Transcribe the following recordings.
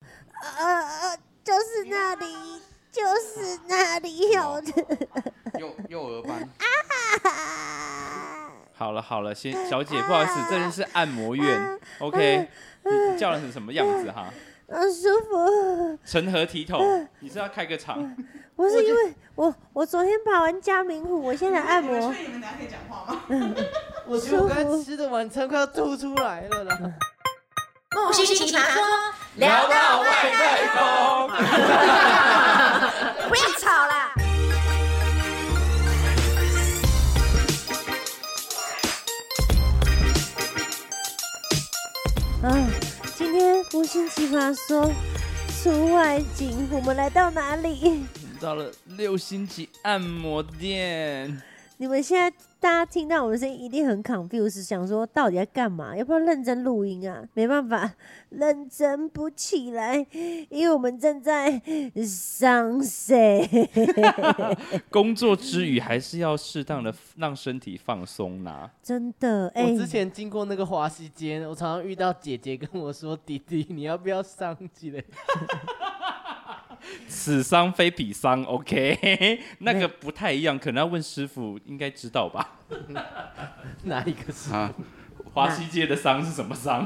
呃猴子。幼幼儿班。啊好了好了，先小姐，不好意思，这就是按摩院，OK？你你哎叫人成什么样子哈？好舒服！成何体统？哎你是要开个场？不是因为我我昨天爬完嘉明湖，我现在按你们摩确，定你们俩可以讲话吗？我觉得我刚才吃的晚餐快要吐出来了啦。木须奇葩说，聊到外太哎空。不要吵啦！嗯，今天不是奇葩说出外景，我们来到哪里？到了六星级按摩店，你们现在大家听到我的声音一定很 confused，想说到底在干嘛？要不要认真录音啊？没办法，认真不起来，因为我们正在上谁？工作之余还是要适当的让身体放松呐、 真的，哎、我之前经过那个华西街，我常常遇到姐姐跟我说：“弟弟，你要不要上去嘞此伤非彼伤，OK？那 个不太一样，可能要问师傅，应该知道吧？？”哪一个是？啊，华西街的伤是什么伤？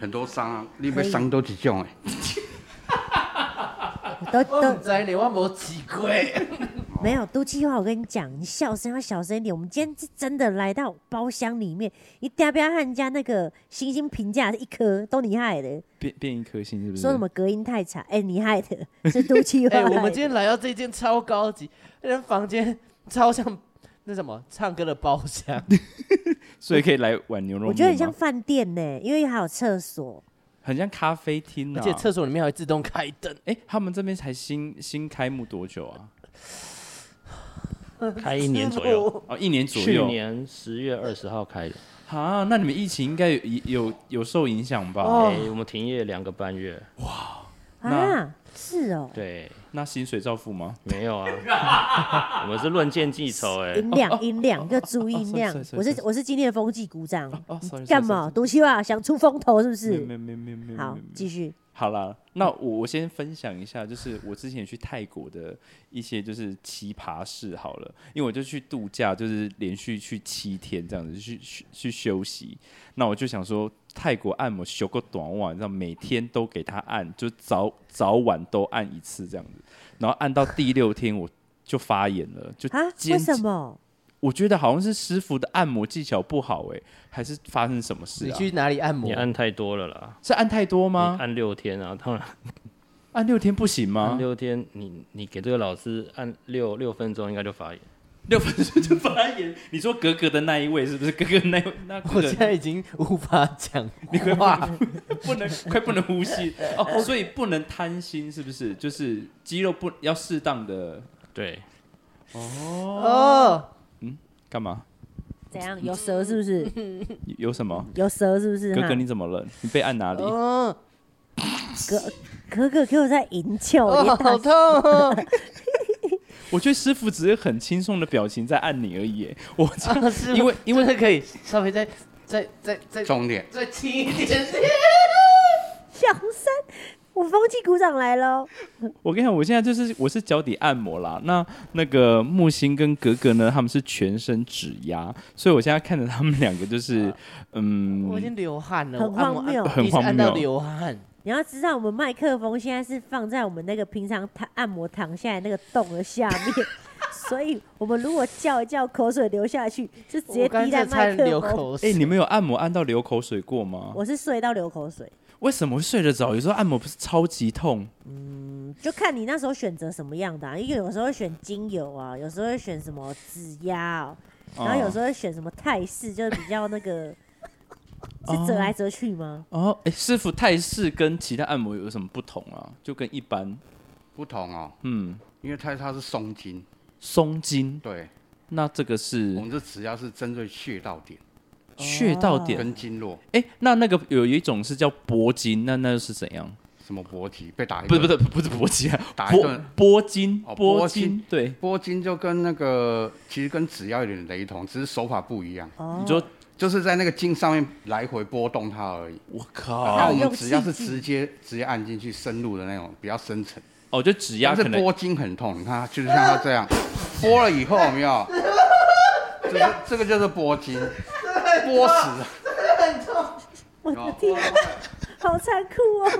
很多伤啊，你要伤都一种诶。都我都不知呢，我没吃过。没有都气话，我跟你讲，你笑声要小声一点。我们今天是真的来到包厢里面，你不要不要和人家那个星星评价一颗都你害嗯的，变变一颗星是不是？说什么隔音太差，哎、你害的， 是都气话欸哎、害的。我们今天来到这间超高级，那间房间超像那什么唱歌的包厢，啊所以可以来碗牛肉面吗。我觉得很像饭店呢，因为还有厕所。很像咖啡厅、啊，而且厕所里面还会自动开灯。哎、他们这边才新新开幕多久啊？开一年左右，哦，一年左去右。年十月二十号开的。啊，那你们疫情应该有有有受影响吧？哎、我们停业两个半月，啊，是哦，对，那薪水照付吗？没有啊， 我们是论件计酬哎，音量音量要注意音量哦哦哦。sorry，sorry，我是 sorry，我是今天的风纪鼓掌，哦，sorry，干嘛？毒气话想出风头是不没有？没是？有没有没有没有。好没有，没有继续。好啦，那我我先分享一下，就是我之前去泰国的一些就是奇葩事好了，因为我就去度假，就是连续去七天这样子去去去休息。那我就想说，泰国按摩修个短袜，你知道每天都给他按，就早早晚都按一次这样子。然后按到第六天，我就发炎了，就啊？为尖什叫么？我觉得好像是师傅的按摩技巧不好哎、还是发生什么事你啊？去哪里按摩你？按太多了啦，是按太多你吗？按六天啊，当然按六天不行吗按？六天，你你给这个老师按六六分钟应该就发言。六分钟就 发言。你说格格的那一位是不是？格格那一位那 我格现格在已经无法讲你快话，不能快不能呼 吸哦，所以不能贪心，是不是？就是肌肉不要适当的对，哦，干嘛？怎样？有蛇是不是？有有什么？有蛇是不啊是？格哈格，你怎么了？你被按哪里？嗯，格格给我在营救，你 哦，打好痛 哦！我觉得师傅只是很轻松的表情在按你而已耶。我 这啊是吗因为因为真的可以稍微再再再再重点，再轻一 点点。小三，我风纪鼓掌来喽！我跟你讲，我现在就是我是脚底按摩啦。那那个木星跟格格呢，他们是全身指压，所以我现在看着他们两个就是，嗯，我已经流汗了，啊很我按摩荒谬按很一直按到荒谬流汗。你要知道，我们麦克风现在是放在我们那个平常躺按摩躺下来那个洞的下面，所以我们如果叫一叫，口水流下去，就直接我刚滴才在差麦点流克风。口哎、水。你们有按摩按到流口水过吗？我是睡到流口水，为什么会睡得着？有时候按摩不是超级痛，就看你那时候选择什么样的、啊，因为有时候会选精油啊，有时候会选什么指压、哦，然后有时候候会选什么泰式，就是比较那个，是折来折去吗？哦，哎、师傅泰式跟其他按摩有什么不同啊？就跟一般，不同哦，嗯，因为它它是松筋，松筋，对，那这个我是们这只要是针对穴道点穴道哦点，跟经络，哎、那那个有一种是叫脖筋，那那又是怎样？什么搏击被打一不是顿，不是不是脖筋啊，打一波顿波筋，哦波波筋筋，对，拨筋就跟那个其实跟指压有点雷同，只是手法不一样，哦你说就是在那个筋上面来回波动它而已。我那靠，哦我用们只要是气劲直接直接按进去深入的那种，比较深层，哦，就指压但是可能拨筋很痛，你看它就是像它这样，拨了以后有没有？这个这个就是拨筋，拨死了。我的天、啊，好残酷哦！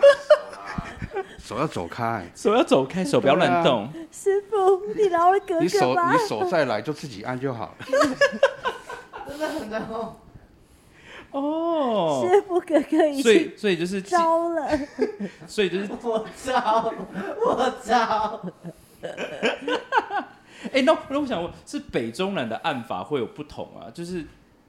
手要走开，手要走开，手不要啊乱动。师傅，你饶了哥你手哥吧你。手再来就自己按就好了。真的很难哦。哦，师傅哥哥已所经以所以就是，招了，所以就是，我操！我操！ 哎，那那我想问，是北中南的按法会有不同啊？就是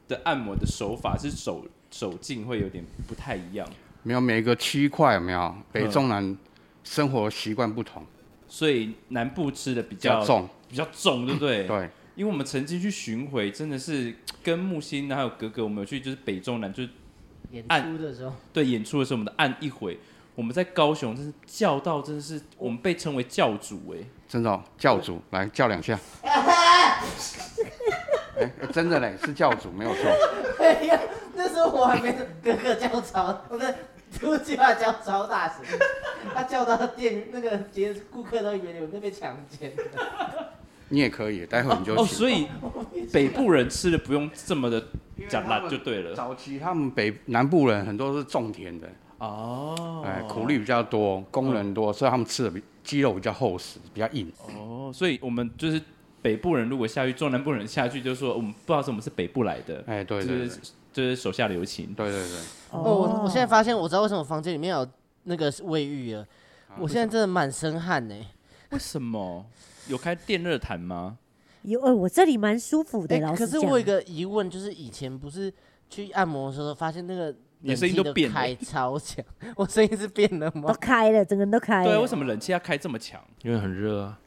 的按摩的手法是手手劲会有点不太一样，没有每个区块有没有？嗯北中南生活习惯不同，所以南部吃的比比较较重。嗯比较重，对不对？对，因为我们曾经去巡回，真的是跟木星还有格格，我们有去就是北中南，就是演按出的时候，对演出的时候，我们的按一回，我们在高雄真是叫到，真的是我们被称为教主哎、真的哦、教主来叫两下。哎、真的嘞，是教主没有错。哎呀，那时候我还没哥哥叫吵，我的出去他叫超大声， 他叫到店那个别的顾客都以为我在被强奸。你也可以，待会你就哦，去所以北部人吃的不用这么的因为讲他辣们就对了早期他们北南部人很多是种田的，哦，嗯哎、苦力比较多，工人多，所以他们吃的比肌肉比较厚实，比较硬。哦，所以我们就是北部人如果下去，中南部人下去就说我们不知道是我们是北部来的，哎、对就对对是就是手下留情，对对对，哦，我我现在发现，我知道为什么房间里面有那个卫浴了。我现在真的满身汗呢、为什么有开电热毯吗？有，呃我这里蛮舒服的，哎、老可实是讲。我有一个疑问，就是以前不是去按摩的时候，发现那个你的声音都冷气变了欸开超强， 我声音是变了都 吗？开了，整个人都开了。对啊，为什么冷气要开这么 强？因为很热啊，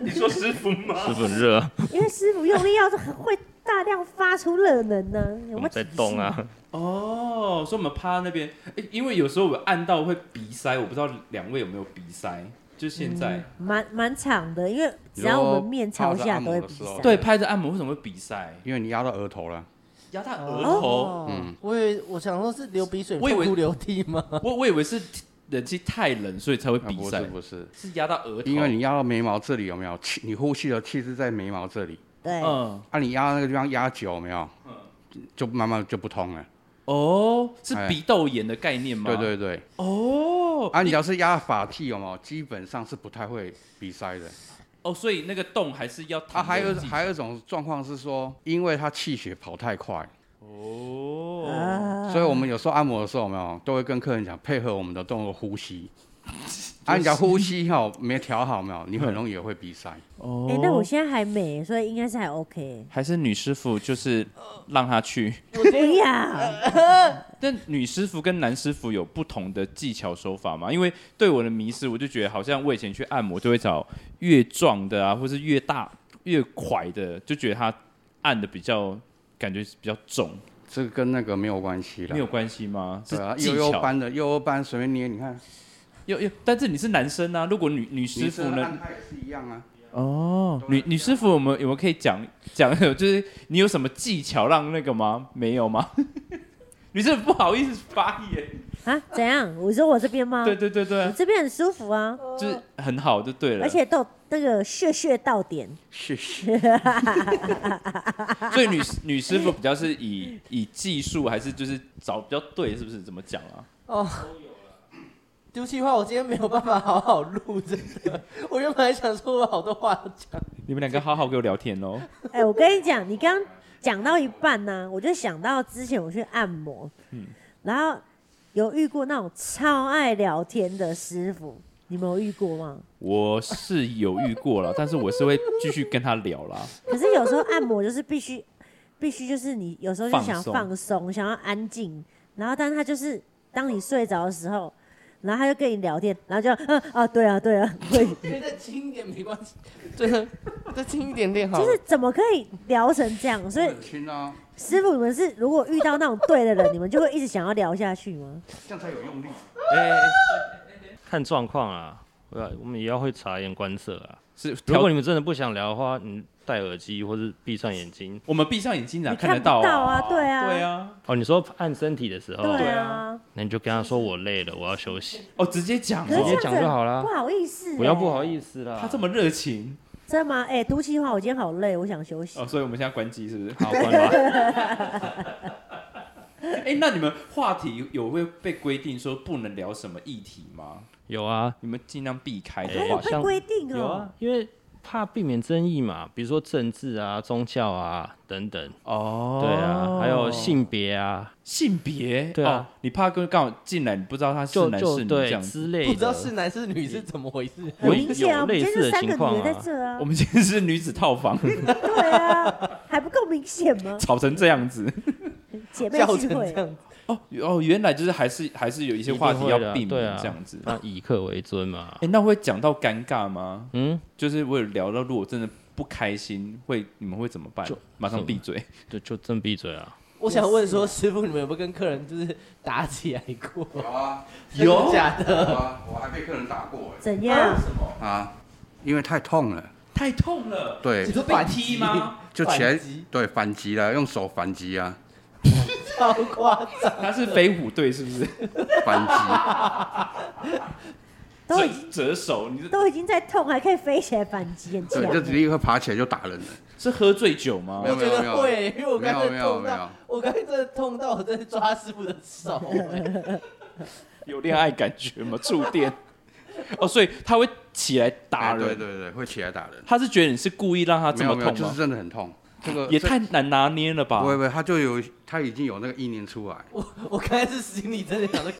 你说师傅吗？是不是很热啊？因为师傅用力要是很会大量发出热能呢、有我没有们在动啊， 哦，所以我们趴在那边、诶因为有时候我按到会鼻塞，我不知道两位有没有鼻塞，就现在。蛮蛮长的，因为只你要我说们面朝趴着下啊按都会摩的比时候赛。对，拍着按摩为什么会鼻塞？因为你压到额头了，压他额哦头，嗯，我以为我想说是流鼻水，我以为痛哭流涕吗？我我以为是冷气太冷，所以才会啊鼻不塞是，不是，是压到额头。因为你压到眉毛这里有没有气？你呼吸的气是在眉毛这里，对，嗯啊，你压那个地方压久有没有？就慢慢就不通了。哦，是鼻窦炎的概念吗？哎对对对，哦啊，你只要是压法器有没有？基本上是不太会鼻塞的。哦，所以那个洞还是要啊，还有躺着还有一种状况是说，因为他气血跑太快，哦，啊所以我们有时候按摩的时候，有没有都会跟客人讲配合我们的动作呼 吸。啊，你讲呼吸哈、没调好没有，你很容易也会鼻塞。哦哎、那我现在还美，所以应该是还 OK。还是女师傅就是让他去。不要， 但女师傅跟男师傅有不同的技巧手法吗？因为对我的迷失，我就觉得好像我以前去按摩就会找越壮的啊，或是越大越快的，就觉得他按的比较感觉比较重，这个跟那个没有关系啦没有。关系吗？是对啊，技幼幼巧。班的幼幼班随便捏，你看又又，但是你是男生啊，如果女女师傅女生呢按？它也是一样啊。哦，女女师傅我们有没有可以讲讲， 就是你有什么技巧让那个吗？没有吗？ 女师傅不好意思发言。啊？怎样？我说我这边吗？对对对我对，这边很舒服啊，就是很好就对了。而啊且都有那个穴穴到点，谢谢。所以女女师傅比较是以以技术还是就是找比较对，是不是？怎么讲啊？哦，丢弃话，我今天没有办法好好录，真的。我原本还想说我好多话要讲，你们两个好好给我聊天哦。哎、我跟你讲，你刚讲到一半呢、我就想到之前我去按摩，嗯然后有遇过那种超爱聊天的师傅，你们有遇过吗？我是有遇过了，但是我是会继续跟他聊 啦。可是有时候按摩就是必须， 必须就是你有时候就想放松放松，想要安静，然后但是他就是当你睡着的时候，然后他就跟你聊天，然后就 嗯啊对啊对啊，对， 因为再轻一点没关系，真的，再轻一点点好了。就是怎么可以聊成这样？所以 很轻啊，师傅，你们是如果遇到那种对的人，你们就会一直想要聊下去吗？这样才有用力。看状况啊。对啊，我们也要会察言观色啊。是如调果你们真的不想聊的话，你戴耳机或是闭上眼睛。我们闭上眼睛哪你看得看不到到啊对啊对啊，哦，你说按身体的时候，对对啊啊，那你就跟他说我累了，我要休息，哦，直接讲可是这样直接哦，子讲就好啦不啊好意思、欸不要不好，意思啦。他这么热情真的吗？哎、读气话，我今天好累，我想休息。哦，所以我们现在关机是不是？好关吧， 哎，那你们话题有会被规定说不能聊什么议题吗？有啊，你们尽量避开还的哎有话，被像规定有哦、啊，因为怕避免争议嘛，比如说政治啊、宗教啊等等，哦对啊，还有性别啊，性别，对啊哦，你怕跟刚好进来，你不知道他是就男就是女这对样子。之类的，不知道是男是女是怎么回事。很有明显啊，有我们今类天似就的三个情况女的在啊，这啊我，们今天是女子套 房，对啊，还不够明显吗？吵成这样子。 姐妹叫成聚这会，样，哦哦，原来就是还是还是有一些一定话题会要的啊避免对啊这样子。哎、哎那以客为尊嘛。那会讲到尴尬吗？嗯，就是我有聊到，如果真的不开心，会你们会怎么办就？马上闭嘴。就就真闭嘴啊！我想问说，师傅你们有没有跟客人就是打起来过？有啊，真的有假的？有啊，我还被客人打过 怎样？ 哎啊，因为太痛了，太痛了，对你，说被反踢击吗？就起来反击对反击了，用手反击啊，超夸张，他是飞虎队是不是？反击，都已经折折手，你是都已经在痛，还可以飞起来反击，很强对，就。立刻爬起来就打人了。是喝醉酒吗我没？有觉得会，因为我刚才没有没有痛没有到，我刚才真的痛到我在抓师傅的 手。有恋爱感觉吗？触电？ 哦，所以他会起来打哎人。对对对，会起来打人。他是觉得你是故意让他没这么有没有，痛就是吗？真的很痛，这个也这太难拿捏了吧不？会不会，他就有他已经有那个意念出来，我我刚才是心里真的想说，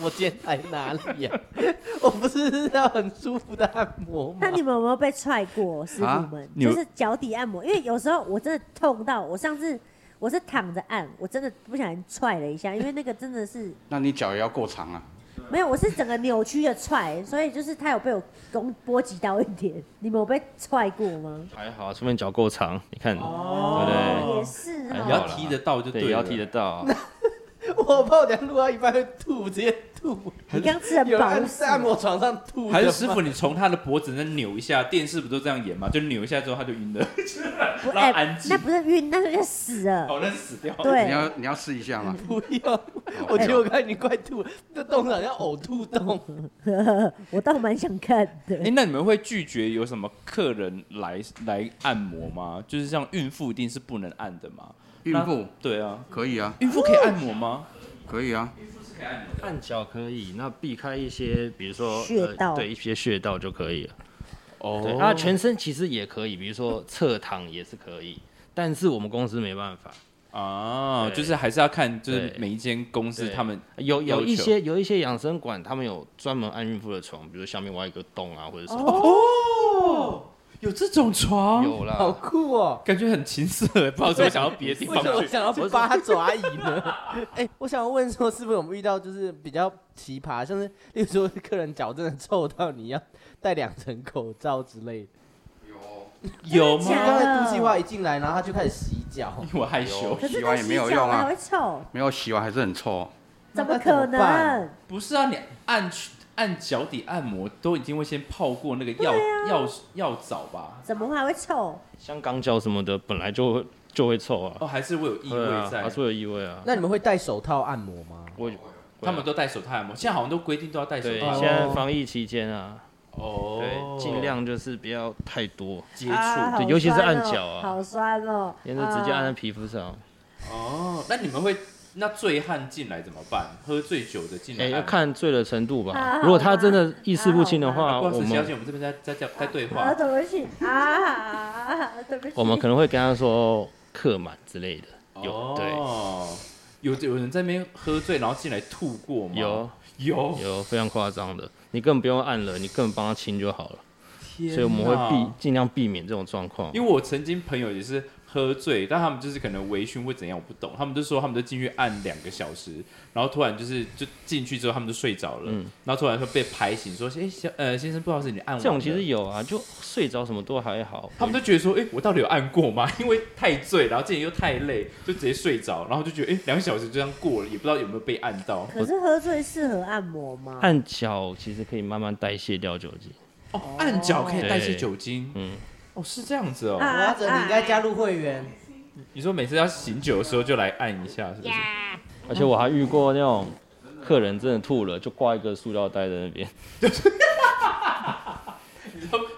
我今天来哪里呀、 我不是要很舒服的按摩吗那？你们有没有被踹过，师傅啊们？你就有是脚底按摩，因为有时候我真的痛到，我上次我是躺着按，我真的不小心踹了一下，因为那个真的是那你脚也要够长啊。没有，我是整个扭曲的踹，所以就是他有被我攻波及到一点。 你们有被踹过吗？还好，顺便脚够长，你看，哦，也对是还你哦好。要踢得到就不对？了对，要踢得到啊，我怕我等下录到一半会吐，直接吐。你刚吃很有饱人是在按吗？摩床上吐的吗，还是师傅，你从他的脖子那扭一下，电视不都这样演吗？就扭一下之后他就晕了， 不让他安静哎那。不是晕，那就死了。哦，那是死掉了。对你要你要试一下嘛。 不哦要，我觉得我刚才已经快吐了，这洞好像呕吐洞。我倒蛮想看哎、的。那你们会拒绝有什么客人来来按摩吗？就是像孕妇一定是不能按的嘛？孕那妇对啊，可以啊，孕妇可以按摩吗？可以啊，按脚可以，那避开一些，比如说穴呃道对一些穴道就可以了。对，哦，啊，全身其实也可以，比如说侧躺也是可以，但是我们公司没办法。啊，对就是还是要看，就是对每一间公司对他们有有要一求些有一些养生馆，他们有专门按孕妇的床，比如下面挖一个洞啊，或者什么、哦，有这种床，有好啦。酷哦！感觉很情色，不知道怎么想到别的地为方什么去。想要八爪椅呢？ 哎、我想问说，是不是我们遇到就是比较奇葩，像是例如说客人脚真的臭到你要戴两层口罩之类的？ 有真的假吗？刚才毒气话一进来，然后他就开始洗脚， 我害羞可。是洗他完也洗没有脚用啊还会臭，没有洗完还是很臭，怎那么怎可么能办？不是啊，你按去按脚底按摩都已经会先泡过那个药药药澡吧？怎么会还会臭？像肛交什么的，本来就会就会臭啊，哦，还是会有异对啊味，在还。是会有异味啊。那你们会戴手套按摩吗？我他们都戴手套按摩，现在好像都规定都要戴手对套哦现在防疫期间啊，哦对，尽量就是不要太多，接触。啊好对尤其是酸按哦脚啊好酸哦。因为直接啊按在皮肤上。哦，那你们会那醉汉进来怎么办？喝醉酒的进来哎、按摩，要看醉的程度吧。啊如果他真的意识不清的话，啊不好意我思，小们姐，我们这边在在在在对啊，话。对不起啊，对不起。我们可能会跟他说客满之类的。有、对，哦，有有人在那边喝醉然后进来吐过吗？哦有有，有非常夸张的，你根本不用按了，你根本帮他清就好了。所所以我们会避尽量避免这种状况。因为我曾经朋友也是喝醉，但他们就是可能微醺或怎样，我不懂。他们就说他们就进去按两个小时，然后突然就是就进去之后他们就睡着了，嗯然后突然说被拍醒说，哎、先呃先生不好意思，你按完这种了其实有啊，就睡着什么都还好。他们都觉得说，哎、我到底有按过吗？因为太醉，然后自己又太累，就直接睡着，然后就觉得，哎、两个小时就这样过了，也不知道有没有被按到。可是喝醉适合按摩吗？按脚其实可以慢慢代谢掉酒精，哦，按脚可以代谢对酒精，嗯，哦，是这样子哦。啊我要整，你应该加入会员。你说每次要醒酒的时候就来按一下，是不是？而且我还遇过那种客人真的吐了，就挂一个塑料袋在那边，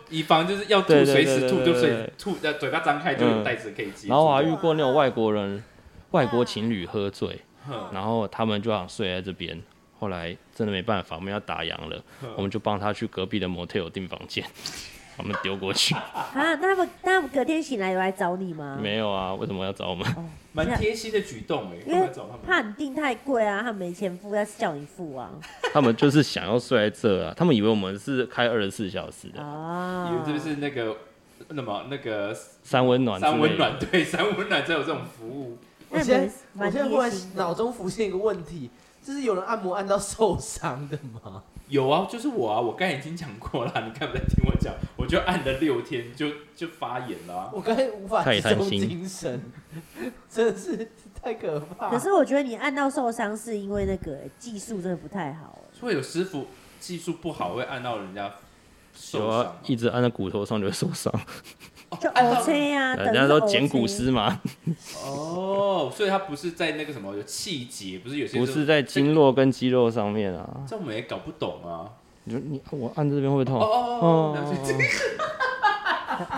以防就是要吐，对对随对时对吐对就对随吐，呃，嘴巴张开就有嗯袋子可啊以接住。然后我还遇过那种外国人、外国情侣喝醉嗯，然后他们就想睡在这边。后来真的没办法，我们要打烊了，我们就帮他去隔壁的 motel 订房间，把他们丢过去。啊，那么那我们隔天醒来有来找你吗？没有啊，为什么要找我们？ 蛮贴心的举动哎，会因不为会找他们？怕你定太贵啊，他没钱付，要叫你付啊。他们就是想要睡在这啊，他们以为我们是开二十四小时的，啊以，为这是那个那么那个三温暖之类的，三温暖，对，三温暖才有这种服务。那我你现在们我蛮现贴在忽然心的脑中浮现一个问题，就是有人按摩按到受伤的吗？ 有啊，就是我啊，我刚才已经讲过了，你看不在听我讲，我就按了六天就就发炎了哦啊、我刚才无法太集贪中心精神， 真的是太可怕。可是我觉得你按到受伤是因为那个欸技术真的不太好欸。会有师傅技术不好会按到人家有受伤啊吗，，一直按在骨头上就会受伤，哦就 OK 啊，人等 家于说 OK 剪骨师嘛，哦，所以他不是在那个什么有气节，不是有些不是在经络跟肌肉上面啊。这我们也搞不懂啊。你说你我按这边会不会痛哦？哦哦，那哦是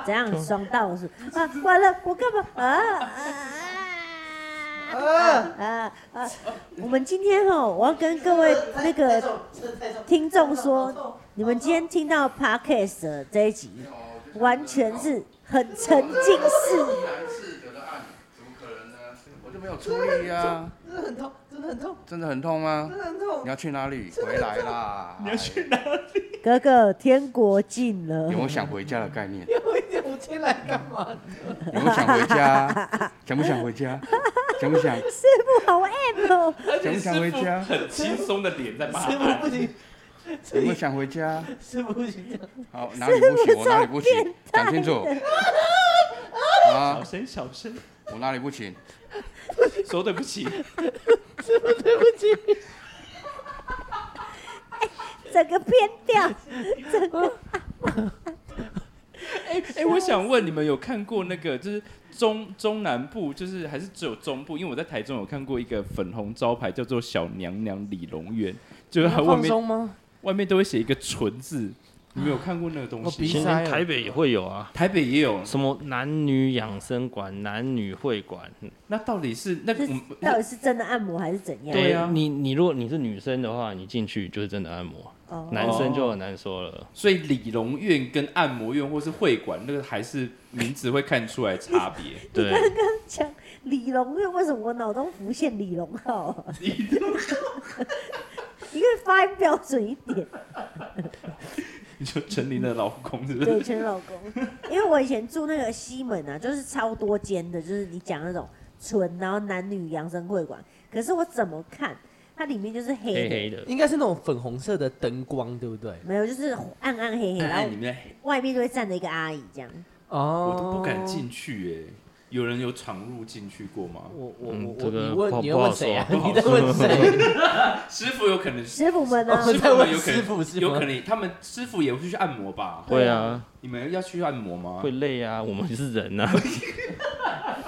怎样双倒数啊？完了，我干嘛啊啊啊，啊啊啊！我们今天哦，我要跟各位那太个重真的太重听众好说痛，你们今天听到 podcast 的这一集，完全是很沉浸式。男士有的按，怎么可能呢？我就没有出力啊，真的很痛，真的很痛，真的很痛吗真？的很痛你。要去哪里？回来啦！你要去哪？哥哥，天国近有了没，有想回家的概念？有一点，我今天来干嘛的？有没有想回家？想不想回家？想不想？师傅好 M 哦， 而且想不想师回傅家很轻松的脸在骂师他。傅不行，有没有想回家？师傅不行，好，哪里不行？我哪里不师行傅？超讲清楚变。啊小，声小声，我哪里不行？说对不起，师傅对不起。整个偏掉。 哎、我想问你们有看过那个就是中中南部，就是还是只有中部？因为我在台中有看过一个粉红招牌叫做“小娘娘李龙苑”，就是它外面吗？外面都会写一个“纯”字，你们有看过那个东我西鼻其吗？实塞啊台北也会有啊，台北也有，什么男女养生馆、男女会馆。那到底是那嗯这我们到底是真的按摩还是怎样？对啊诶你你如果你是女生的话，你进去就是真的按摩，哦男生就很难说 了。所以李龙苑跟按摩院或是会馆那个还是名字会看出来差别。 对，讲李荣瑞，为什么我脑中浮现李荣浩、啊？李 你可以发音标准一点，你说陈琳的老公是不对，是？全老公。因为我以前住那个西门啊，就是超多间的，就是你讲那种纯，然后男女养生会馆。可是我怎么看，它里面就是黑的，黑黑的，应该是那种粉红色的灯光，对不对？没有，就是暗暗黑黑，哎然哎，后你们外面就会站着一个阿姨这样。哦我都不敢。进去哎、有人有闯入进去过吗？我我我嗯我，这个你不问好你要不好问谁啊？说不好你在问谁？师傅有可能 是，师傅们呢、哦师是傅们有师傅可师能，傅有可能他们师傅也会去按摩吧？会啊，你们要去按摩吗会？累啊，我们是人啊。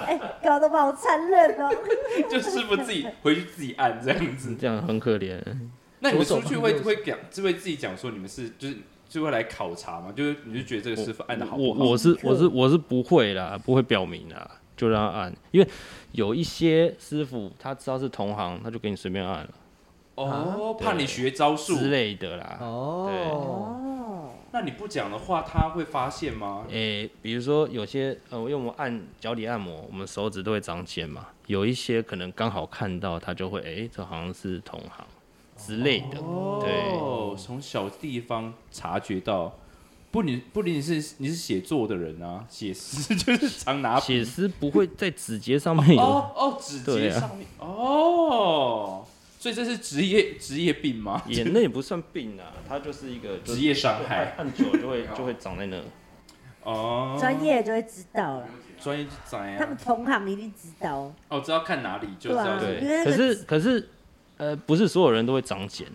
哎、搞得我好残忍哦。 就师傅自己回去自己按这样子。这样很可怜。那你们左出手去帮会右手会讲，就会自己讲说你们是就是就会来考察吗？就是你就觉得这个师傅按的好不我好？我是我是我是不会啦，不会表明啦，就让他按，因为有一些师傅他知道是同行，他就给你随便按了哦，对怕你学招数之类的啦。哦，哦，那你不讲的话，他会发现吗？诶、比如说有些呃，因为我们按脚底按摩，我们手指都会长茧嘛，有一些可能刚好看到他就会，诶、这好像是同行之类的。对，哦，从小地方察觉到不仅不仅仅是你是写作的人啊，写诗就是常拿笔写诗不会在指节上面有，哦哦指节对啊上面、哦，所以这是职业职业病吗？ 眼泪不算病啊，它就是一个职业伤害按久了就会就会长在那。哦，专业就会知道了，专业就怎他们样？同行一定知道。哦，知道看哪里就知对啊道是因为那对，可个是可是呃，不是所有人都会长茧，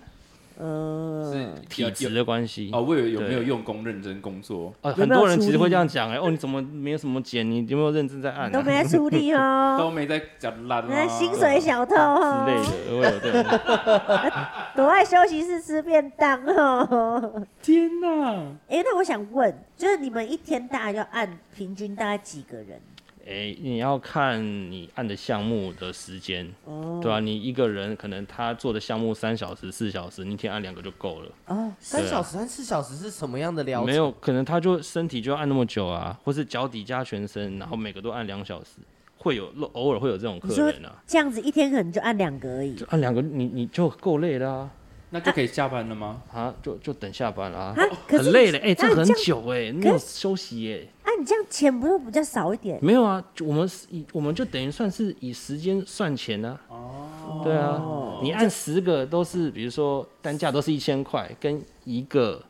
嗯，是体质有有的关系哦，我以为有没有对用功认真工作？呃，有很没有多人处其实会理这样讲，哎，哦，你怎么没有什么茧？你有没有认真在按啊？都没在处理都 哦，没在讲烂那啊，薪水小偷之类哦，的，会有这种。躲在休息室吃便当 哦。天 哪！哎、那我想问，就是你们一天大概要按平均大概几个人？ 哎，你要看你按的项目的时间，哦，对啊，你一个人可能他做的项目三小时、四小时，你一天按两个就够了。哦，三对啊小时、三四小时是什么样的疗程？没有，可能他就身体就要按那么久啊，或是脚底加全身，然后每个都按两小时，会有偶尔会有这种你客说人啊，这样子一天可能就按两个而已就。按两个你你就够累了啊，那就可以下班了吗？啊就就等下班了啊啊，可是很累了，哎、你这很久哎、没可有是休息哎、啊，你这样钱不是比较少一点？没有啊，就我们是以我们就等于算是以时间算钱啊，哦，对啊，你按十个都是，比如说单价都是一千块，跟一个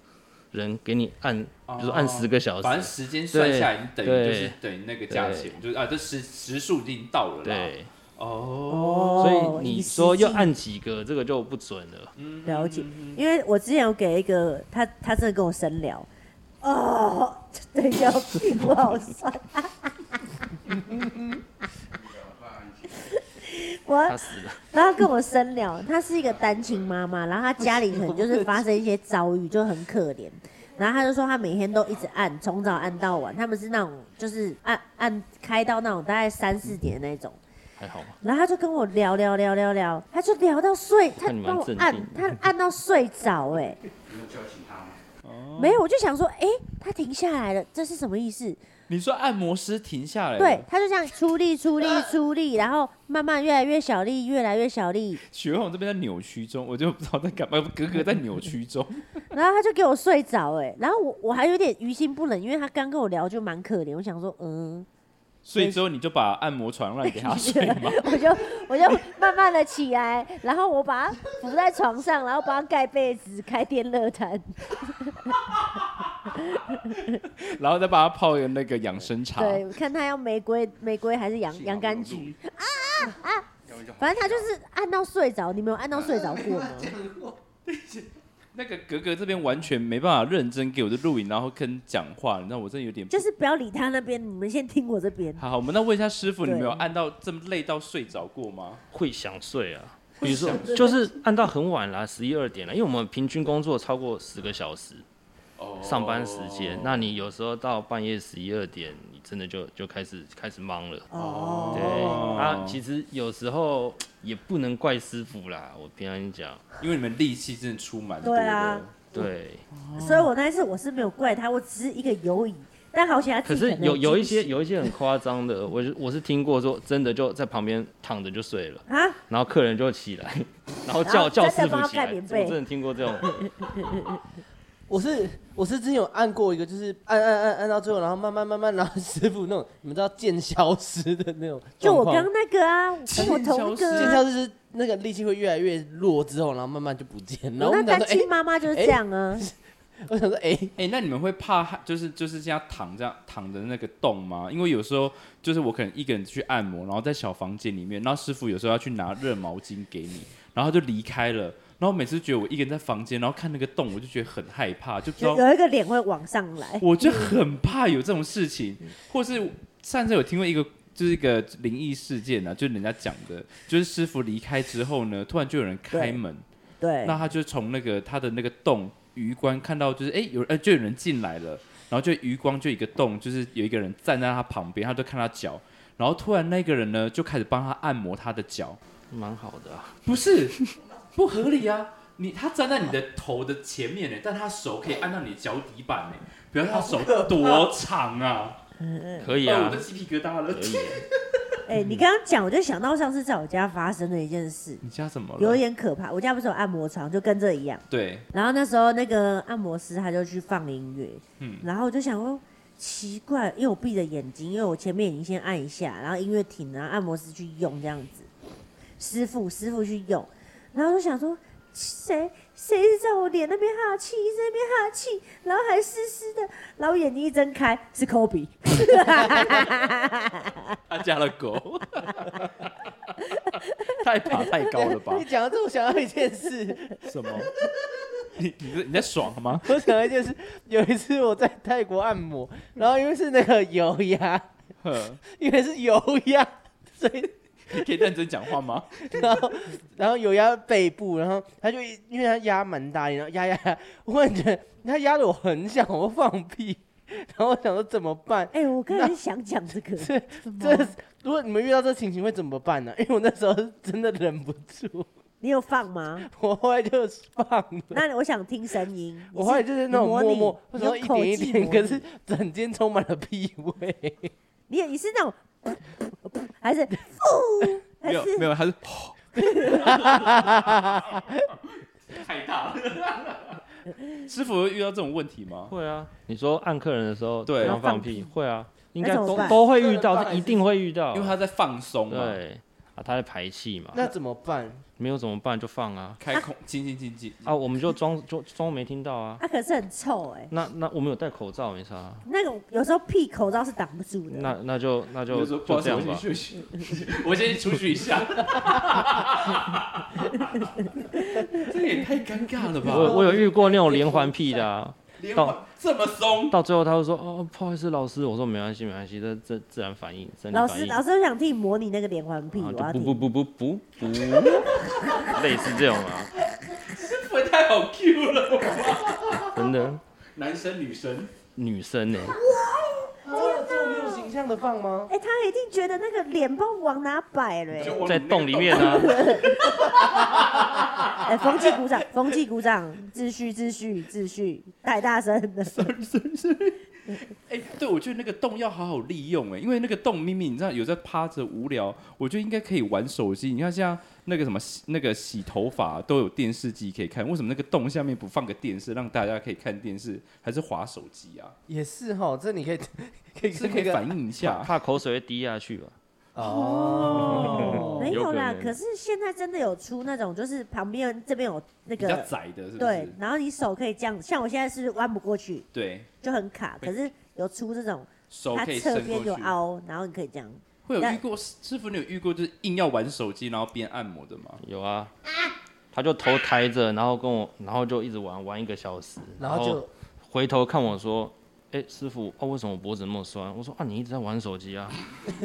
人给你按，哦比如说按十个小时，反正时间算下来，你等于对就是等于那个价钱，就是啊，这时时数已经到了啦。对。哦，所以你说要要按几个，这个就不准了。嗯了解，因为我之前有给一个他，他真的跟我深聊，哦，对，腰屁股好酸，我他死了，然后他跟我深聊，她是一个单亲妈妈，然后她家里可能就是发生一些遭遇，就很可怜。然后她就说，她每天都一直按，从早按到晚。他们是那种就是按按开到那种大概三四点的那种。还好吧？然后她就跟我聊聊聊聊聊，她就聊到睡，她看你蛮帮我镇按定，她按到睡着哎、没有，我就想说，哎、她停下来了，这是什么意思？你说按摩师停下来哎了，对，她就这样出力出力出力，然后慢慢越来越小力，越来越小力，雪红这边在扭曲中，我就不知道在干嘛，格格在扭 曲中。然后他就给我睡着，哎，然后我我还有点于心不忍，因为他刚跟我聊就蛮可怜，我想说，嗯，所以之后你就把按摩床让给他睡 吗？我就我就慢慢的起来，然后我把他扶在床上，然后帮他盖被子，开电热毯，然后再把他泡一个那个养生茶。对，看他要玫瑰玫瑰还是洋洋甘菊，啊反正他就是按到睡着，你没有按到睡着过吗？那个格格这边完全没办法认真给我的录影，然后跟讲话，你知道我真的有点不就是不要理他那边，你们先听我这边。好，我们那问一下师傅，你对没有按到这么累到睡着过吗？会想睡啊，比如说就是按到很晚啦，十一二点了，因为我们平均工作超过十个小时，哦上班时间，那你有时候到半夜十一二点，你真的就就开始开始忙了。哦，对，啊，其实有时候也不能怪师傅啦，我平常讲，因为你们力气真的出蛮多对啊的。对，所以我那一次我是没有怪他，我只是一个犹疑，但好险他可自己是能有有一惊喜些有一些很夸张的，我是我是听过说真的就在旁边躺着就睡了，啊，然后客人就起来，然后然叫后叫真的师啊帮傅他起盖来，棉我被真的听过这种，我是我是之前有按过一个，就是按按按按到最后，然后慢慢慢慢，然后师傅那种你们知道剑消失的那种就我状况刚那个啊，我跟我同一个剑啊，消失是那个力气会越来越弱之后，然后慢慢就不见，然我后那我想单说，哎、亲妈妈就是这样啊，我想说，哎、哎、那你们会怕害就是就是这样躺这样躺着那个洞吗？因为有时候就是我可能一个人去按摩，然后在小房间里面，然后师傅有时候要去拿热毛巾给你，然后就离开了。然后每次觉得我一个人在房间，然后看那个洞，我就觉得很害怕，就不知道 有有一个脸会往上来，我就很怕有这种事情，或是上次有听过一个。就是一个灵异事件啊，就是人家讲的，就是师傅离开之后呢，突然就有人开门，对那，他就从那个他的那个洞余光看到，就是哎、有呃就有人进来了，然后就哎余光就一个洞，就是有一个人站在他旁边，他就看他脚，然后突然那个人呢就开始帮他按摩他的脚，蛮好的、啊，不是不合理啊！你他站在你的头的前面呢，但他手可以按到你的脚底板呢，不要他手多长啊！可以哦啊嗯我的，鸡皮疙瘩了。可以啊，哎、你刚刚讲，我就想到上次在我家发生的一件事，你家怎么有了？点可怕。我家不是有按摩床，就跟这一样。对，然后那时候那个按摩师他就去放音乐，嗯然后我就想说奇怪，因为我闭着眼睛，因为我前面已经先按一下，然后音乐停了，然后按摩师去用这样子，师傅师傅去用，然后我就想说谁谁是在我脸那边哈气，一直在那边哈气，然后还湿湿的，然后我眼睛一睁开是 Kobe，他家的 狗，太爬太高了吧你？讲到这，我想到一件事，什么？ 你你在你在爽 吗？我想到一件事，有一次我在泰国按摩，然后因为是那个油压，呵因为是油压，所以你可以认真讲话 吗？然后然后有压背部，然后他就一因为他压蛮大力，然后压压压，我忽然觉得他压的我很想我放屁，然后我想说怎么办？哎、我刚才想讲这个，这这如果你们遇到这情形会怎么办呢、因 为我那时候是真的忍不住，你有放吗？ 我后来就放了。那我想听声音，我后来就是那种你模默拟默，你然后用一口点一技点，模可拟是整间充满了屁 味。你也你是那种 还是哦，还没有是没有， 他是 太大了。 师傅会遇到这种问题吗？会啊，你说按客人的时候对然后放放屁，会啊，应该那怎么都办都会啊这遇个到，放一定会遇到，因为他在放松嘛，对啊，他在排气嘛，那怎么办？没有怎么办就放啊开空，静静静静。啊，我们就装装装没听到啊，啊，可是很臭哎、那那我们有戴口罩没啥啊，那个有时候屁口罩是挡不住的。那那就那就我说不好就意思，这我样先吧，休息，我先出去一 下。这也太尴尬了我吧？我有遇过那种连环屁的啊，连到环这么松，到最后他会说哦不好意思老师，我说没关系没关系，这这自然反应，生理老反师，应，老师，我想替你模拟那个连环屁，啊我就要不听。不不不不 不，类似这种啊，这不太好 Q 了。真的男生女生，女生呢、欸这种没有形象的放吗？哎、他一定觉得那个脸不知道往哪摆了、欸。就往在你那个洞里面啊，哎、风纪鼓掌，风纪鼓掌，秩序，秩序，秩序，太大声了。哎、对，我觉得那个洞要好好利用哎、因为那个洞明明你知道有在趴着无聊，我觉得应该可以玩手机。你看像那个什么洗那个洗头发都有电视机可以看，为什么那个洞下面不放个电视让大家可以看电视，还是划手机啊？也是哈，这你可以 可以是跟可那以个反映一下。怕口水会滴下去吧。哦，没有啦有可能，可是现在真的有出那种，就是旁边这边有那比较个，窄的，是不对是，？然后你手可以这样，像我现在是弯不过去，对，就很卡。可是有出这种，手它可以侧伸边有过去。凹，然后你可以这样。会有那遇过师傅，你有遇过就是硬要玩手机，然后边按摩的吗？有啊，他就头抬着，然后跟我，然后就一直玩玩一个小时，然后就回头看我说：“哎、师傅，啊，为什么我脖子那么酸？”我说：“啊，你一直在玩手机啊。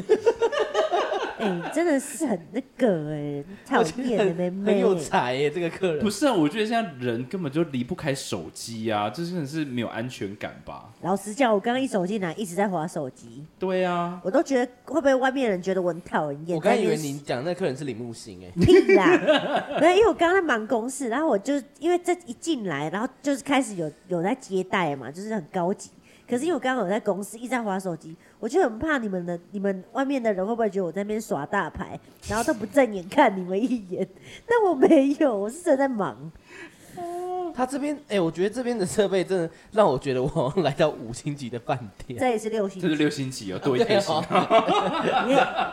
哎、真的是很那个哎、讨我觉得厌的很妹很妹。有才耶，这个客人不。是啊，我觉得现在人根本就离不开手机啊，这真的是没有安全感吧？老实讲，我刚刚一走进来一直在划手机，对啊，我都觉得会不会外面人觉得我很讨人厌？我刚以在为那边你讲那客人是铃木星哎，屁啦， 没有，因为我刚刚在忙公事，然后我就因为这一进来，然后就是开始有有在接待嘛，就是很高级。可是因为我刚刚有在公司一直在划手机，我就很怕你们的你们外面的人会不会觉得我在那边耍大牌，然后都不正眼看你们一眼。 但我没有，我是真的在忙。他这边哎，我觉得这边的设备真的让我觉得我好像来到五星级的饭店。这也是六星这，是六星级哦，多一颗对星，哦，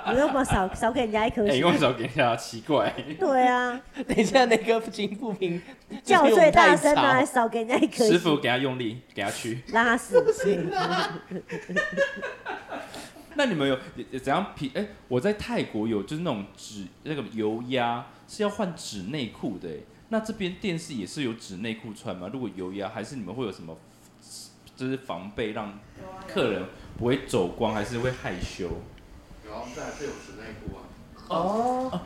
你你又不少少给人家一颗哎，星用？手给人家奇怪，对啊，等一下那个金不平 叫最大声啊啊，还！少给人家一颗师星，傅给他用力，给他去。让他死。那你们有有怎样皮？哎，我在泰国有就是那种纸那个油压是要换纸内裤的，哎，那这边电视也是有纸内裤穿吗？如果油压，还是你们会有什么就是防备让客人不会走光，还是会害羞？然后再是有室内裤啊，哦，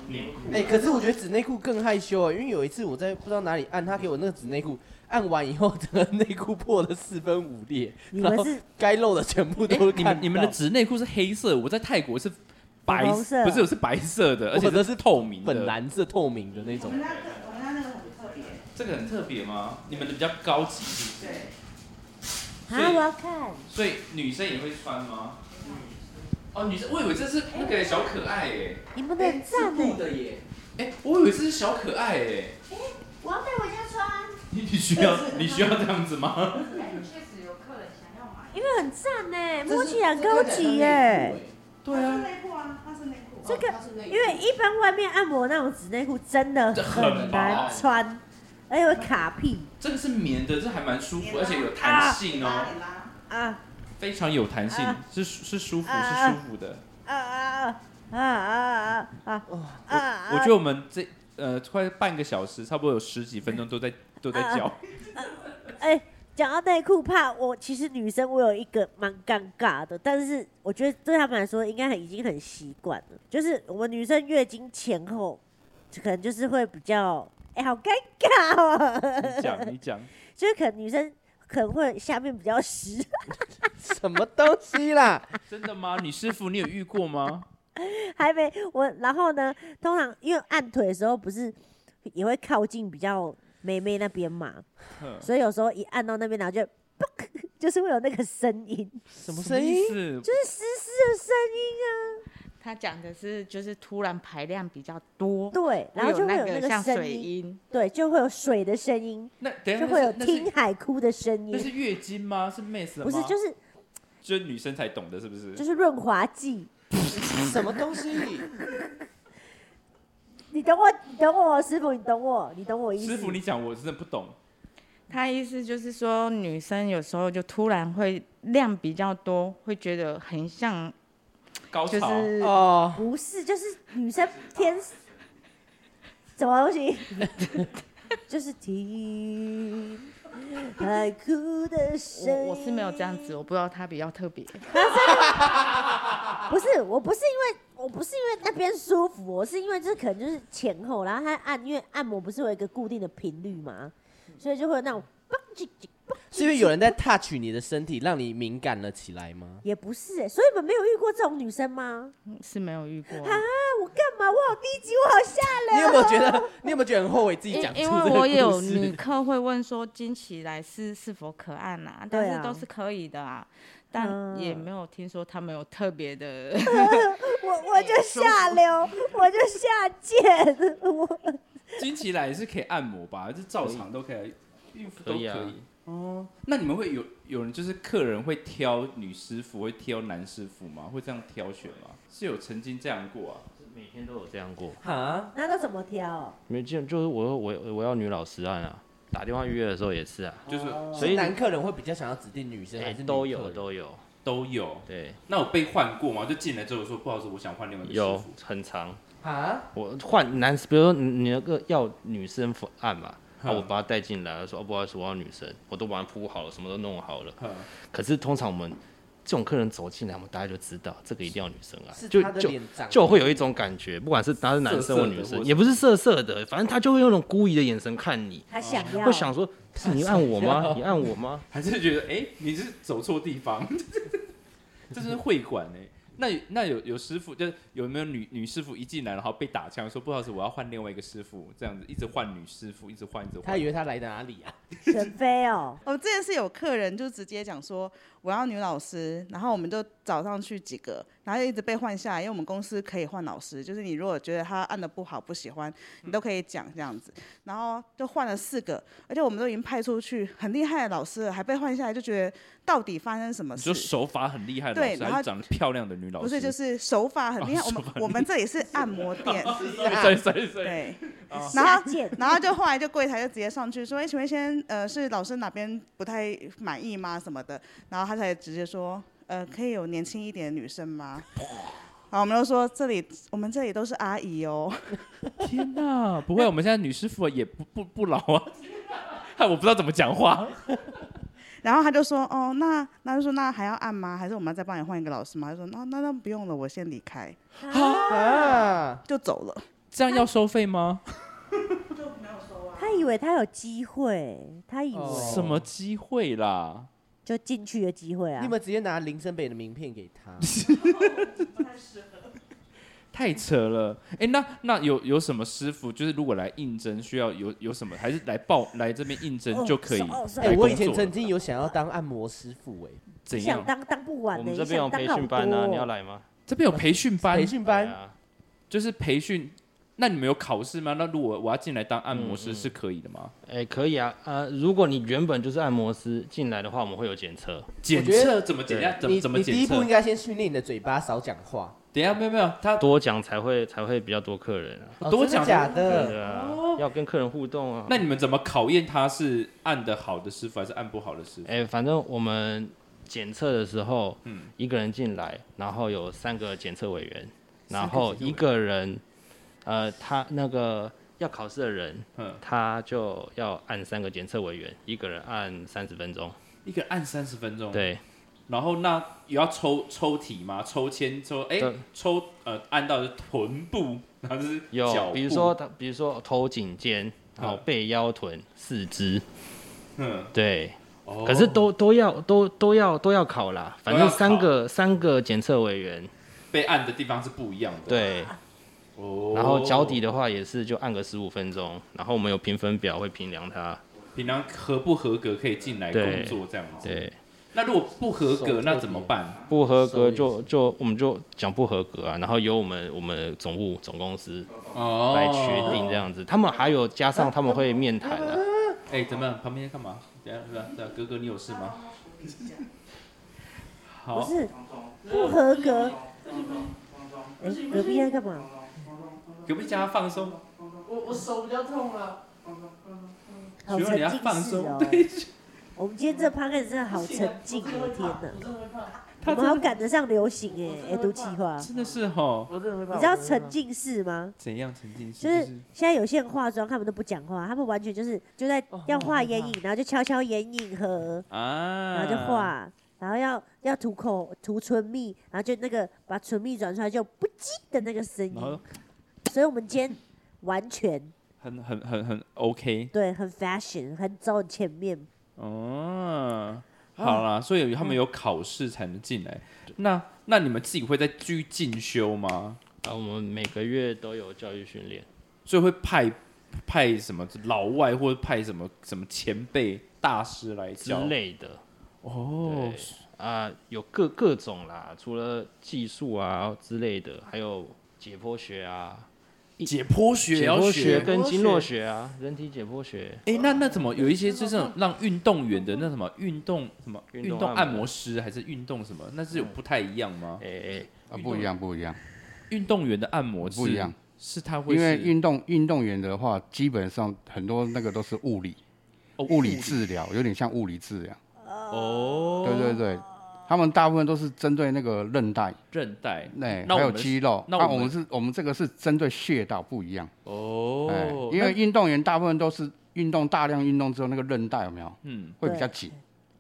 哎、可是我觉得纸内裤更害羞啊、因为有一次我在不知道哪里按，他给我那个纸内裤，按完以后整个内裤破了四分五裂，你们然后 是该露的全部哎都看你们你们的到纸内裤是黑色，我在泰国是白粉红色不是我是白色的，而我且的是透明的。粉蓝色透明的那种，这个很特别吗？你们的比较高级是不是，啊，我要看。所以女生也会穿吗？哦，女生，我以为这是那个小可爱哎，你们的很赞欸呢、的耶，哎，我以为这是小可爱哎，我要带回家穿。你你需要 你需要这样子吗？确实有客人想要买。因为很赞呢、这是摸起来很高级欸耶、，对它是啊，内裤啊，它是内裤。这个它是内裤因为一般外面按摩那种纸内裤真的很难穿，而且会卡屁这个是棉的，这还蛮舒服，而且有啊弹性拉哦，里拉，啊非常有弹性啊，是是舒服啊是舒服的。啊啊啊啊啊啊啊啊！我觉得我们这呃快半个小时，差不多有十几分钟啊都在都在叫， 哎，讲到内裤怕我其实女生我有一个蛮尴尬的，但是我觉得对他们来说应该很已经很习惯了，就是我们女生月经前后，就可能就是会比较哎、好尴尬哦，你讲你讲，就是可能女生可能会下面比较湿， 什么东西啦？真的吗？女师傅，你有遇过吗？还没我，然后呢，通常因为按腿的时候不是也会靠近比较妹妹那边嘛，哼所以有时候一按到那边，然后就 就是会有那个声音，什么么声音意思？就是湿湿的声音他讲的是就是突然排量比较多啊，，对，然后会有就会那有个那像个声水音，音，对，就会有水的声音，那等一下就会有那是听海哭的声那是那音，是月经吗？是 m i s s 不是，就是就是女生才懂的，是不是？就是润滑剂。什么东西？你懂我，你懂我，师傅，你懂我，你懂我意思。师傅，你讲我真的不懂。他意思就是说女生有时候就突然会量比较多，会觉得很像高就潮，是哦，不是，就是女生天什么东西， 就是听海哭的声我音。我是没有这样子，，我不知道他比较特别。 不是，我不是因为我不是因为那边舒服，我是因为就是可能就是前后，然后它按，因为按摩不是有一个固定的频率嘛，所以就会有那种 蹦叽叽。是因为有人在 touch 你的身体，让你敏感了起来吗？也不是、欸，所以你们没有遇过这种女生吗？是没有遇过，啊，我干嘛？我好低级，我好下你有没有觉得，你有没有觉得很后悔自己因讲出因这为个故我事？也有 女客会问说经期来是是否可按啊，但对啊是都是可以的啊，但也嗯没有听说他们有特别的。我我就下流，我就下贱，我经期来是可以按摩吧？就照常都可以，孕妇都可以啊哦，那你们会有有人就是客人会挑女师傅，会挑男师傅吗？会这样挑选吗？是有曾经这样过啊？每天都有这样过。啊，那都怎么挑？没有，就就是我我我要女老师按啊，打电话预约的时候也是啊，就是哦所以是哦男客人会比较想要指定女生，还哎是女都客有人？都有，都有。对，那我被换过吗？就进来之后说不好意思，我想换另外一个有师傅。很长。啊，我换男，比如说你你那个要女生按嘛，啊，嗯我把她带进来，她说、哦、不好意思，我要女生，我都把它铺好了，什么都弄好了。嗯可是通常我们这种客人走进来，我们大家就知道这个一定要女生按，是就他的就脸长就会有一种感觉，不管是他是男色生色或的女或生，者也不是色色的，反正他就会用那种故意的眼神看你，他想要，会想说是你按我吗？你按我吗？还是觉得哎、诶你是走错地方， 这是会馆哎、那有那有有师傅，就是有没有女女师傅一进来，然后被打枪，说不好意思，我要换另外一个师傅，这样子一直换女师傅，一直换，一直他换以。为他来哪里啊？选妃哦、我之前是有客人就直接讲说我要女老师，然后我们就找上去几个，然后就一直被换下来，因为我们公司可以换老师，就是你如果觉得他按的不好不喜欢，你都可以讲这样子。然后就换了四个，而且我们都已经派出去很厉害的老师了，还被换下来，就觉得到底发生什么你说？事手法很厉害的老对师，然还后是长得漂亮的女老师？不 是，就是手法很厉害。哦我手法很们厉害哦我们这里是按摩 店， sorry sorry sorry，啊对。哦哦下贱。然后就后来就柜台就直接上去说：“哎、请问先呃是老师哪边不太满意吗？什么的？”然后他才直接说：“呃，可以有年轻一点的女 生吗？”然后我们就说：“这里我们这里都是阿姨哦。天哪，不会，我们现在女师傅也不不不老啊， 害我不知道怎么讲话。”然后他就说：“哦，那那就说那还要按吗？还是我们要再帮你换一个老师吗？”他说：“那那那不用了，我先离开。啊，”就走了。这样要收费 吗？他以为他有机会，他以为、哦什么机会啦？就进去的机会啊。你有没有直接拿林森北的名片给他？太扯了，哎、那那有有什么师傅，就是如果来应征，需要有有什么，还是来报来这边应征就可以来哦工是作哦了？哎，我以前曾经有想要当按摩师傅，哎，怎想样？当当不完我呢、们欸，这边有培训班啊，你要来吗？这边有培训班培，训班，啊，就是培训。那你们有考试吗？那如果我要进来当按摩嗯师是可以的吗？哎、可以啊啊、如果你原本就是按摩师进来的话，我们会有检测。检我觉测怎么检测？呃怎么你怎么你第检一步测应？该先训练你的嘴巴少讲话，等一下，没有没有，他多讲才会才会比较多客人啊，哦多真的讲假对的，啊，要跟客人互动啊。那你们怎么考验他是按的好的师傅还是按不好的师傅？哎、反正我们检测的时候，嗯一个人进来，然后有三个检测委员，然后一个人，呃，他那个要考试的人，嗯他就要按三个检测委员，一个人按三十分钟，一个人按三十分钟，对，然后那也要抽抽题吗？抽签抽，哎、对抽呃按到的是臀部，然后就是脚有部比如说他，比如说头颈肩，然后嗯背腰臀四肢，嗯，对，哦可是都都要都都要都要考啦，反都正要考三个三个检测委员，被按的地方是不一样的，，对，哦，然后脚底的话也是就按个十五分钟，然后我们有评分表会评量它。平常合不合格可以进来对工作这样子，对，那如果不合手格特那别怎么办？不合收格也就就我们就讲不合格啊，然后由我们我们总务总公司哦来决定这，样子。他们还有加上他们会面谈 啊，哎、怎么样？旁边在干嘛？等一下，等一下等一下，哥哥你有事吗？不好，是不合格。哎，隔壁在干嘛？隔壁家放松。我我手比较痛啊，好希望沉你要浸放式松哦。我们今天这 p a 真的好沉浸，我的天哪！我们好赶得上流行哎，哎，读计划。真的是吼，我真的会怕。你知道沉浸式吗？怎样沉浸式？就是现在有些人化妆，他们都不讲话，他们完全就是就在要画眼影，然后就敲敲眼影盒，啊，然后就，画，然后要要涂口涂唇蜜，然后就那个把唇蜜转出来就不叽的那个声然后音。所以我们今天完全很很很很 OK 对很 fashion，很走很前面。哦。嗯好啦，所以他们有考试才能进来。那那你们自己会再继续进修吗？啊，我们每个月都有教育训练，所以会派派什么老外或者派什么什么前辈大师来之教？类的哦，啊，有各各种啦，除了技术啊之类的，还有解剖学啊，解剖学也解要剖学学。跟经络学啊，人体解剖学。哎，那那怎么有一些就是那种让运动员的那什么运动什么嗯运运动动按按摩摩师还是运动什么？那是有不太一样吗？哎、哎啊，不一样，不一样，运动员的按摩不一样，，是他会因为是运动运动员的话，基本上很多那个都是物理哦物理治疗，有点像物理治疗。哦，对对对，他们大部分都是针对那个韧带，韧带那那还我有们肌肉。那那我我们们是，我们这个是针对穴道不一样。哎哦，，因为那运动员大部分都是运动大量运动之后，那个韧带有没有嗯会比较紧，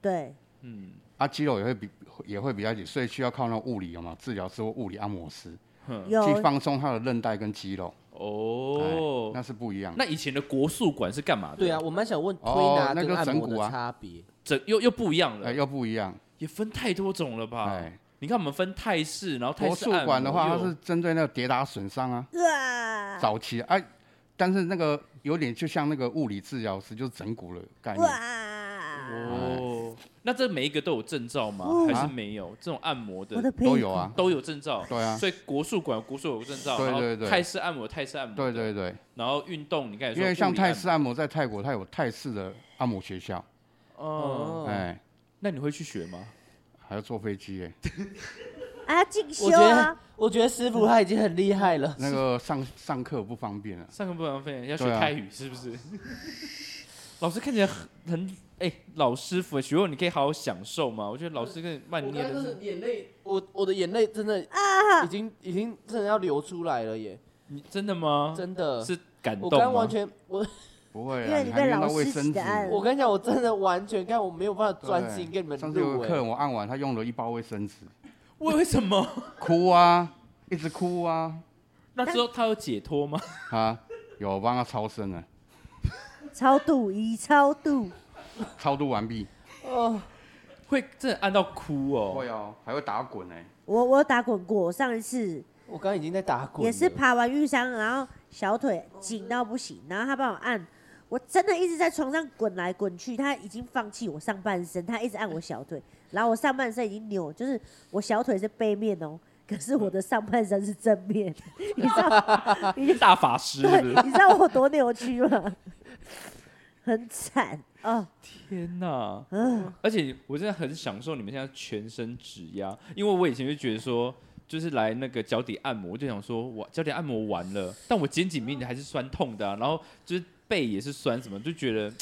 对，嗯啊，肌肉也会比也会比较紧，所以需要靠那种物理有没有治疗师或物理按摩师去有放松他的韧带跟肌肉，哦，那是不一样的。哎那以前的国术馆是干嘛的？对啊，，我蛮想问推哦拿那跟就按摩整骨的啊差别。这又又不一样哎，了，又不一样。也分太多种了吧？哎，你看我们分泰式，然后泰国式术按摩馆的话，它又是针对那个跌打损伤啊，哇早期哎、但是那个有点就像那个物理治疗师，就是整骨的概念。哇，哦，哎那这每一个都有证照吗？哦还是没有？这种按摩我的的屁都股有啊都有证照，对啊所以国术馆有国术有证照，对然对后对泰式按摩有泰式按摩，对对对，然后运动你刚才哎说因为像泰式摩，按摩在泰国，它有泰式的按摩学校，哦，哦，哎、那你会去学吗？还要坐飞机哎、啊，进修我觉得啊，我觉得师傅他已经很厉害了。那个上上课不方便啊。上课不浪费，要学对啊泰语是不 是？老师看起来很很哎、老师傅，学问你可以好好享受嘛。我觉得老师跟慢我捏刚的刚是是眼泪，我我的眼泪真的已经已经真的要流出来了耶，你真的吗？真的。是感我动刚刚吗完？全，我不会因啊，为你你还被用到老卫师生挤纸得。按我跟你讲，我真的完全看我没有办法对专心跟你们上次有录欸个哎客人，我按完他用了一包卫生纸，为为什么？ 哭啊，一直哭啊，那之后他有解脱吗？啊，有我帮他超生了，超度已超度，超度完毕。哦，会真的按到哭哦。会哦，还会打滚哎、我我有打滚过，上一次我刚刚已经在打滚了，也是爬完玉山，然后小腿紧到不行，然后他帮我按，我真的一直在床上滚来滚去，他已经放弃我上半身，他一直按我小腿，然后我上半身已经扭，就是我小腿是背面哦，可是我的上半身是正 面，你知道，大法师是对，不是 你知道我多扭曲吗？ 很惨哦，天哪！嗯，而且我真的很享受你们现在全身指压，因为我以前就觉得说，就是来那个脚底按摩，我就想说我脚底按摩完了，但我肩颈明明还是酸痛的、啊，然后就是背也是酸，什么就觉得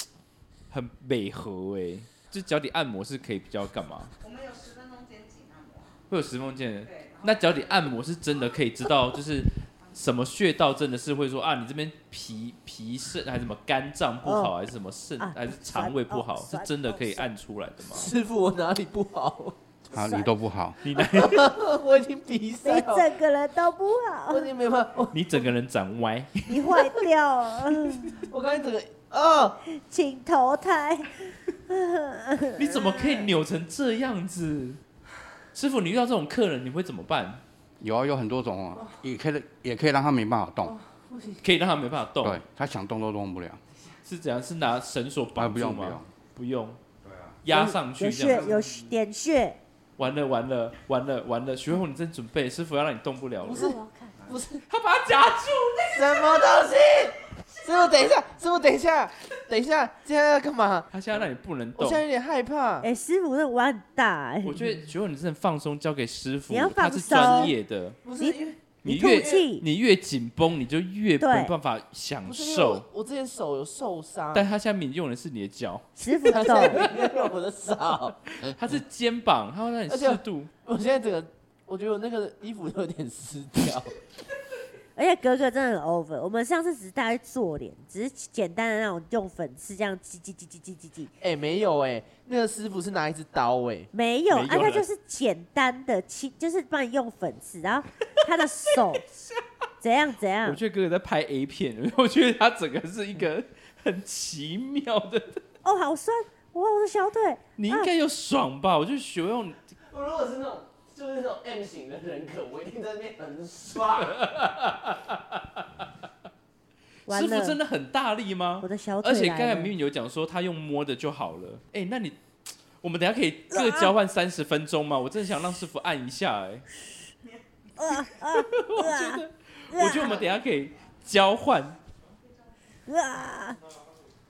很美合哎、就脚底按摩是可以比较干嘛？我们有十分钟肩颈按摩，会有石缝见，对，那脚底按摩是真的可以知道，就是什么穴道真的是会说啊，你这边脾脾肾还是什么肝脏不好，还是什么肾啊还是肠胃不好，酸哦是酸真的可以哦酸按出来的吗？师傅，我哪里不好？ 好，啊你都不好，我已经比你赛好，整个人都不好哦我，已经没办法，我你整个人长歪，你坏掉哦了，我刚才整个啊，请投 胎。你怎么可以扭成这样子？师傅，你遇到这种客人，你会怎么办？有啊，有很多种啊，也可以也可以让他没办法动，可以让他没办法动对，他想动都动不了。是怎样？是拿绳索啊，绑不住用不吗用？，啊不用，压上去有这样血子。有血点血，完了完了完了完了！徐慧红，你真准备，师傅要让你动不了了不。是不是他把他夹住，什么东西？师傅等一下，师傅等一下，等一下，现在要干嘛？他现在让你不能我动现。在有点害怕。哎、师傅那碗很大、哎，我觉得徐慧，你真的放松，交给师傅你要，他放是松专业的。不是因为你吐越气你越紧绷，你就越对没办法享不是因为我受。我之前手有受伤，但他下面用的是你的脚，师傅他现懂在，没有我的手，哎他是肩膀，他会让你而且适度。我现在整个，我觉得我那个衣服有点湿掉。而且格格真的很 over。我们上次只是大概做脸，只是简单的那种用粉刺这样挤挤挤挤挤挤挤，哎、没有哎、那个师傅是拿一支刀哎、没有，没啊，有他了就是简单的轻，就是帮你用粉刺，然后他的 手怎样怎我样，觉得哥哥在拍 A 片， 我觉得他整个是一个嗯很奇妙的。哦，好酸，哇，我的小腿，你应该有爽吧？我就学用，我如果是那种就是那种 M 型的人格，我一定在那边 很爽。完师傅真了，的很大力吗我？的小腿而来了，且刚才明明有讲说他用摸的就好了。哎、那你我们等一下可以各交换三十分钟吗？我真的想让师傅按一下哎、啊啊 啊我觉得我们等一下可以交换。啊啊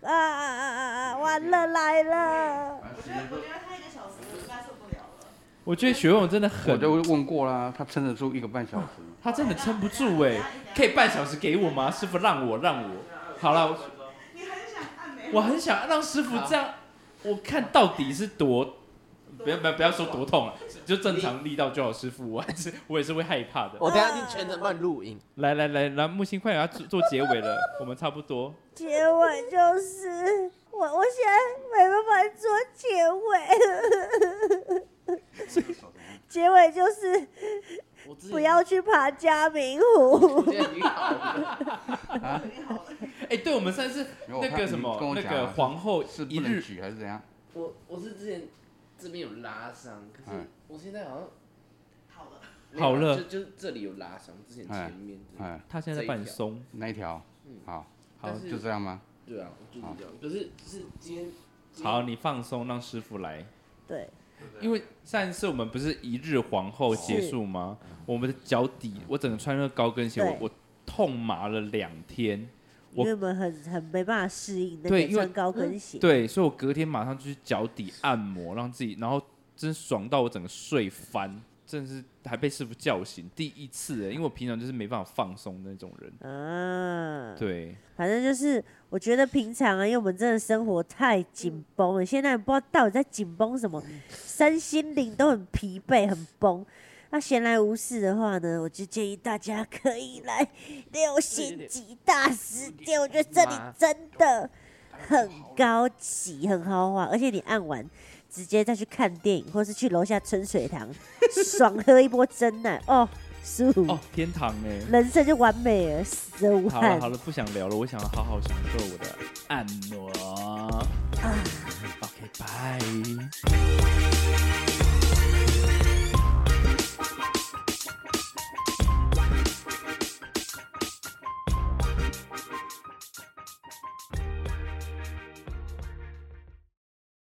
啊啊啊！完了来了，我觉得我觉得他一个小时我应该受不了了。我觉得学用真的我很，就问过啦，他撑得住一个半小时。他真的撑不住哎、可以半小时给我吗？师傅让我让我，好了，你很想按没？我很想让师傅这样，我看到底是多，不要不要不要说多痛了，就正常力道就好。师傅，我还是我也是会害怕的。我等一下一定全程帮你录影。来来来，来木星快点要做做结尾了，我们差不多。结尾就是我，我现在没办法做结尾。 结尾就是我之前不，要去爬嘉明湖我，现在已经好了。 哎、对我们算是因为那我个看什你跟么我那讲啊个皇后是一不能日，举还是怎样？我我是之前这边有拉伤，可是嗯我现在好像没有啊好了就就是这里有拉伤，之前前面的，哎，她现在在扮松，那一条嗯，好，好但是就这样吗？对啊，就是这样。可是就是今天，今天好，你放松，让师傅来。对，因为上一次我们不是一日皇后结束吗？我们的脚底，我整个穿那个高跟鞋，我对我痛麻了两天。我因为我们很很没办法适应那对个因为嗯穿高跟鞋，对，所以我隔天马上就去脚底按摩，让自己，然后真爽到我整个睡翻，真的是还被师傅叫醒，第一次欸耶，因为我平常就是没办法放松的那种人。啊，对，反正就是我觉得平常啊，因为我们真的生活太紧绷嗯了，现在不知道到底在紧绷什么，身心灵都很疲惫、很绷。那闲来无事的话呢，我就建议大家可以来六星级大食店，我觉得这里真的很高级、很豪华，而且你按完直接再去看电影，或是去楼下春水堂爽喝一波真奶哦，舒服，哦，天堂呢？人生就完美了，死而无好了憾好。了，不想聊了，我想要好好享受我的按摩。OK，拜。